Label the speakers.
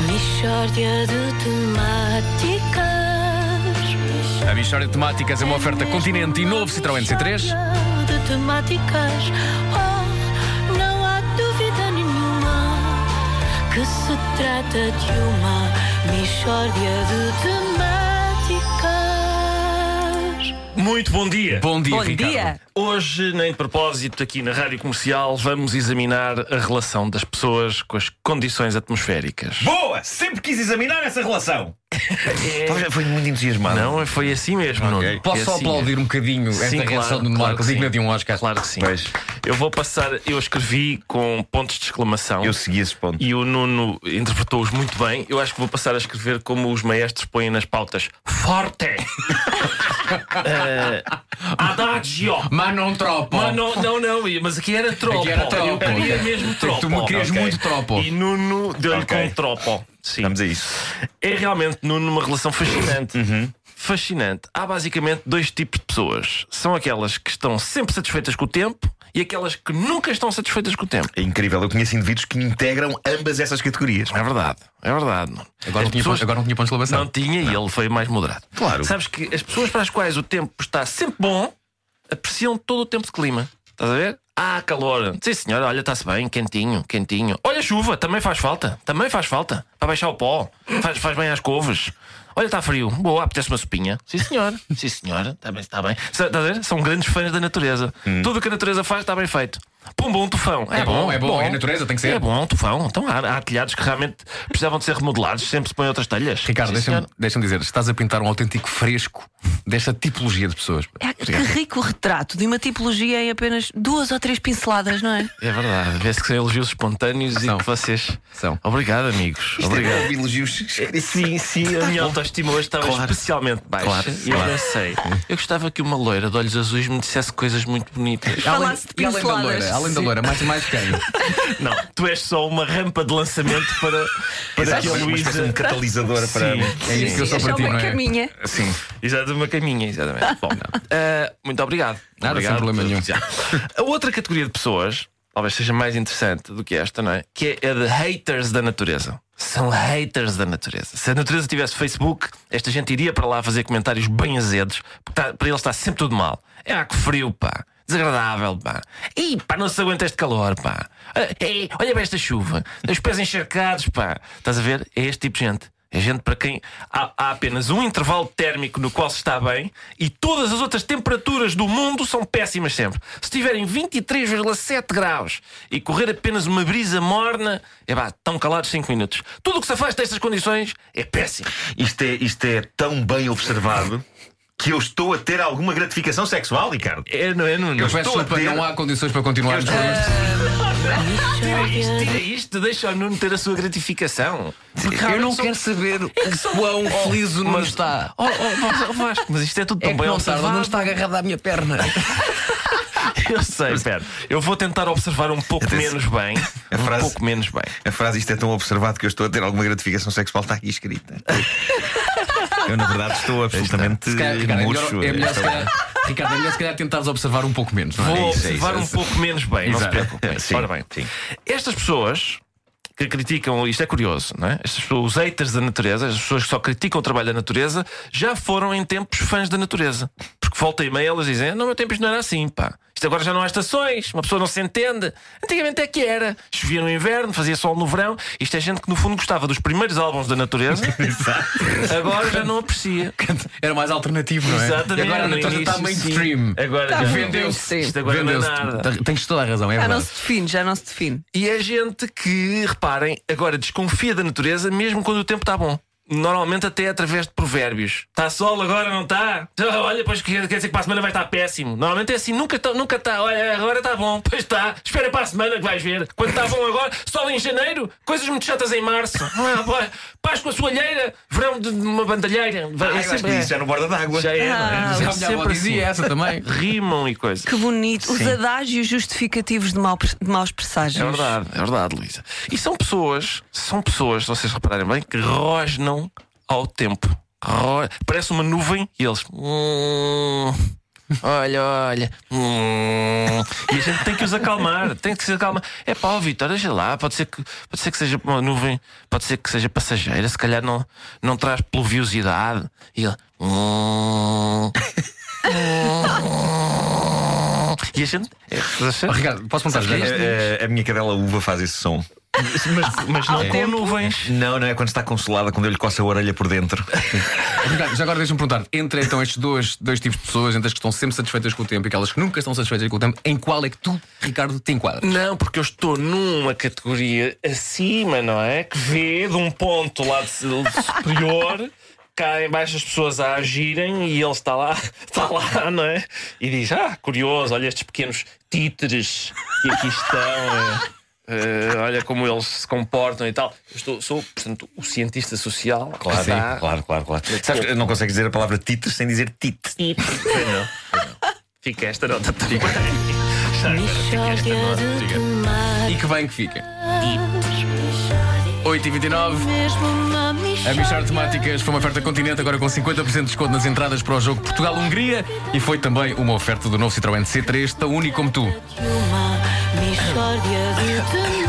Speaker 1: Mixórdia de temáticas.
Speaker 2: A Michória de Temáticas é uma oferta continente e novo Citroën C3.
Speaker 1: Mixórdia De temáticas. Oh, não há dúvida nenhuma que se trata de uma Mixórdia de temáticas.
Speaker 3: Muito bom dia.
Speaker 2: Bom dia,
Speaker 4: Bom
Speaker 2: Ricardo.
Speaker 4: dia.
Speaker 3: Hoje, nem de propósito, aqui na Rádio Comercial, vamos examinar a relação das pessoas com as condições atmosféricas.
Speaker 5: Boa! Sempre quis examinar essa relação.
Speaker 6: Talvez Foi muito entusiasmado.
Speaker 3: Não, foi assim mesmo, Nuno.
Speaker 2: Posso
Speaker 3: É
Speaker 2: só
Speaker 3: assim
Speaker 2: aplaudir um bocadinho esta
Speaker 3: Sim,
Speaker 2: reação
Speaker 3: claro,
Speaker 2: do Marco,
Speaker 3: claro que
Speaker 2: digna
Speaker 3: sim.
Speaker 2: de um Oscar.
Speaker 3: Claro que sim.
Speaker 6: Pois.
Speaker 3: Eu vou passar, eu escrevi com pontos de exclamação.
Speaker 6: Eu segui esse ponto.
Speaker 3: E o Nuno interpretou-os muito bem. Eu acho que vou passar a escrever como os maestros põem nas pautas. Forte! Eh, adagio!
Speaker 2: Mas não tropa.
Speaker 3: Mas não, não, não, mas aqui era tropo.
Speaker 2: Aqui era tropo.
Speaker 3: Eu queria mesmo tropo.
Speaker 2: Tu me querias
Speaker 6: ok.
Speaker 2: muito tropa.
Speaker 3: E Nuno deu-lhe
Speaker 6: Ok.
Speaker 3: com tropo. Sim.
Speaker 6: Vamos a isso.
Speaker 3: É realmente, Nuno, uma relação fascinante.
Speaker 6: Uhum.
Speaker 3: Fascinante. Há basicamente dois tipos de pessoas: são aquelas que estão sempre satisfeitas com o tempo e aquelas que nunca estão satisfeitas com o tempo.
Speaker 6: É incrível. Eu conheço indivíduos que integram ambas essas categorias.
Speaker 3: É verdade, é verdade. Nuno.
Speaker 2: Agora
Speaker 3: As
Speaker 2: não, tinha
Speaker 3: pessoas-
Speaker 2: ponto, agora não tinha ponto de
Speaker 3: Não
Speaker 2: exclamação.
Speaker 3: tinha e ele foi mais moderado.
Speaker 6: Claro.
Speaker 3: Sabes que as pessoas para as quais o tempo está sempre bom apreciam todo o tempo de clima. Estás a ver? Ah, calor. Sim, senhora, olha, está-se bem, quentinho, quentinho. Olha, chuva, também faz falta. Também faz falta. Para baixar o pó. Faz, faz bem às couves. Olha, está frio. Boa, apetece uma sopinha. Sim, senhora. Sim, senhora. Está bem, está bem. Sa- Estás a ver? São grandes fãs da natureza. Tudo o que a natureza faz está bem feito. Pum, bom, tufão.
Speaker 2: Hum. É bom, é bom. É natureza, tem que ser.
Speaker 3: É bom, tufão. Então há, há telhados que realmente precisavam de ser remodelados. Sempre se põem outras telhas.
Speaker 2: Ricardo,
Speaker 3: Sim,
Speaker 2: deixa-me
Speaker 3: senhora.
Speaker 2: deixa dizer, estás a pintar um autêntico fresco desta tipologia de pessoas.
Speaker 4: É, que rico retrato de uma tipologia em apenas duas ou três pinceladas, não é?
Speaker 3: É verdade, vê-se que são elogios espontâneos
Speaker 2: São.
Speaker 3: e que vocês.
Speaker 2: São.
Speaker 3: Obrigado, amigos. Obrigado. Tá
Speaker 6: Obrigado. É, Elogios.
Speaker 3: Sim, sim, é assim, a minha autoestima hoje estava especialmente baixa.
Speaker 2: Claro,
Speaker 3: e eu
Speaker 2: claro.
Speaker 3: pensei, eu gostava que uma loira de olhos azuis me dissesse coisas muito bonitas.
Speaker 4: Falasse de
Speaker 2: e além da
Speaker 4: pinceladas.
Speaker 2: loira, além da
Speaker 3: Sim.
Speaker 2: loira, mais, mais quem?
Speaker 3: Não, tu és só uma rampa de lançamento para, para que a
Speaker 6: Uma espécie de
Speaker 3: Luísa.
Speaker 6: um catalisador para.
Speaker 2: É isso que eu sou
Speaker 4: é
Speaker 2: para
Speaker 4: só
Speaker 2: ti,
Speaker 4: uma
Speaker 2: não é?
Speaker 4: caminha.
Speaker 6: Sim.
Speaker 3: Exato, uma caminha, exatamente. Bom, eh, muito obrigado.
Speaker 2: Nada,
Speaker 3: obrigado.
Speaker 2: sem problema nenhum.
Speaker 3: Já. A outra categoria de pessoas, talvez seja mais interessante do que esta, não é? Que é a de haters da natureza. São haters da natureza. Se a natureza tivesse Facebook, esta gente iria para lá fazer comentários bem azedos, porque tá- para eles está sempre tudo mal. É água frio, pá. Desagradável, pá. Ih, pá, não se aguenta este calor, pá. Ah, ei, olha bem esta chuva. Os pés encharcados, pá. Estás a ver? É este tipo de gente. É gente para quem há, há apenas um intervalo térmico no qual se está bem e todas as outras temperaturas do mundo são péssimas sempre. Se tiverem 23,7 graus e correr apenas uma brisa morna, é pá, estão calados 5 minutos. Tudo o que se afasta destas condições é péssimo.
Speaker 6: Isto é, isto é tão bem observado que eu estou a ter alguma gratificação sexual, Ricardo.
Speaker 3: É, não é, não,
Speaker 2: Eu
Speaker 3: não.
Speaker 2: peço
Speaker 6: estou a
Speaker 2: desculpa,
Speaker 6: ter-
Speaker 2: não há condições para continuarmos com isto.
Speaker 3: Isto, tira isto, deixa o Nuno ter a sua gratificação. Porque
Speaker 2: Eu
Speaker 3: realmente
Speaker 2: não
Speaker 3: são-
Speaker 2: quero saber o
Speaker 4: É um
Speaker 2: quão feliz o Nuno está.
Speaker 3: Oh, oh, oh, Vasco, mas isto é tudo tão
Speaker 2: É que
Speaker 3: bem
Speaker 2: não está, o Nuno
Speaker 3: observado.
Speaker 2: está agarrado à minha perna.
Speaker 3: Eu sei, espera. Eu vou tentar observar um pouco
Speaker 6: Atenção.
Speaker 3: menos bem.
Speaker 6: A
Speaker 3: Um
Speaker 6: frase-
Speaker 3: pouco menos bem.
Speaker 6: A frase isto é tão observado que eu estou a ter alguma gratificação sexual está aqui escrita. Eu, na verdade, estou absolutamente
Speaker 2: Se calhar, Ricardo, é melhor,
Speaker 6: murcho.
Speaker 2: é melhor,
Speaker 6: Esta-
Speaker 2: se calhar, Ricardo, é melhor se calhar tentares observar um pouco menos, não é?
Speaker 3: Vou
Speaker 6: isso, é
Speaker 3: observar
Speaker 6: isso, é
Speaker 3: um
Speaker 6: isso.
Speaker 3: pouco menos bem, não se
Speaker 2: Exato.
Speaker 3: preocupem.
Speaker 6: Sim,
Speaker 3: Ora bem,
Speaker 6: sim.
Speaker 3: estas pessoas que criticam, isto é curioso, não é? Estas pessoas, os haters da natureza, as pessoas que só criticam o trabalho da natureza, já foram em tempos fãs da natureza. Porque volta e meia elas dizem: Não, meu tempo isto não era assim, pá. Isto agora já não há estações, uma pessoa não se entende. Antigamente é que era. Chovia no inverno, fazia sol no verão. Isto é gente que no fundo gostava dos primeiros álbuns da natureza, agora já não aprecia.
Speaker 2: Era mais alternativo, não é?
Speaker 3: Exatamente.
Speaker 2: E agora a
Speaker 3: no
Speaker 2: natureza está
Speaker 3: início, sim.
Speaker 2: mainstream.
Speaker 3: Agora
Speaker 4: Está
Speaker 3: já não-
Speaker 2: Vendeu-se.
Speaker 3: Isto agora não é
Speaker 2: Vendeu-se.
Speaker 3: nada.
Speaker 2: Tá- Tens toda a razão, é
Speaker 4: Já não
Speaker 2: verdade.
Speaker 4: se define, já não se define.
Speaker 3: E é gente que, reparem, agora desconfia da natureza mesmo quando o tempo está bom. Normalmente até através de provérbios. Está sol agora, não está? Ah, Olha, pois quer quer dizer que para a semana vai estar péssimo. Normalmente é assim, nunca está, nunca está. Olha, agora está bom, pois está. Espera para a semana que vais ver. Quando está bom agora, sol em janeiro, coisas muito chatas em março. Ah, pá, Páscoa soalheira, verão de de uma bandalheira.
Speaker 6: Ah,
Speaker 3: é
Speaker 6: eu acho que
Speaker 3: sempre-
Speaker 6: isso já no borda d'água.
Speaker 3: Já é, não
Speaker 4: Ah,
Speaker 3: é?
Speaker 2: Já
Speaker 3: é
Speaker 2: a minha avó
Speaker 3: sempre assim.
Speaker 2: dizia essa também.
Speaker 3: Rimam e coisas.
Speaker 4: Que bonito. Os adágios justificativos de, mau, de maus presságios.
Speaker 3: É verdade, é verdade, Luísa. E são pessoas, são pessoas, se vocês repararem bem, que rosnam ao tempo. Ro- Parece uma nuvem e eles. hum, Olha, olha. Hum. E a gente tem que os acalmar. Tem que se acalmar. É pá, ó, Vitor, deixa lá. Pode ser, que, pode ser que seja uma nuvem, pode ser que seja passageira. Se calhar não, não traz pluviosidade. E ele. Hum. Hum. E a gente. É,
Speaker 2: Oh, Ricardo, posso perguntar? Eh,
Speaker 6: Sabes que é a, a- a minha cadela uva faz esse som.
Speaker 3: mas, mas não com nuvens.
Speaker 6: Não, não é quando está consolada, quando eu lhe coça a orelha por dentro.
Speaker 2: Ricardo, já agora deixa-me perguntar. Entre então estes dois, dois tipos de pessoas, entre as que estão sempre satisfeitas com o tempo e aquelas que nunca estão satisfeitas com o tempo, em qual é que tu, Ricardo, te enquadras?
Speaker 3: Não, porque eu estou numa categoria acima, não é? Que vê de um ponto lá de de superior. Cá em baixo as pessoas a agirem e ele está lá, está lá, não é? E diz: Ah, curioso, olha estes pequenos títeres que aqui estão, é, é, olha como eles se comportam e tal. Eu estou, sou, portanto, o cientista social. que
Speaker 6: Claro,
Speaker 3: está-
Speaker 6: sim, claro, claro, claro. Sabes, que não consegues dizer a palavra títere sem dizer tite.
Speaker 3: E- Tipo. Foi não, foi não. Fica esta nota também.
Speaker 1: Mixórdia de
Speaker 2: E
Speaker 1: temas
Speaker 2: que bem que fica. 8h29,
Speaker 1: Mesmo uma
Speaker 2: a Michar
Speaker 1: mixórdia
Speaker 2: Temáticas foi uma oferta continente, agora com 50% de desconto nas entradas para o jogo Portugal-Hungria e foi também uma oferta do novo Citroën C3, tão único como tu.
Speaker 1: de uma mixórdia de temas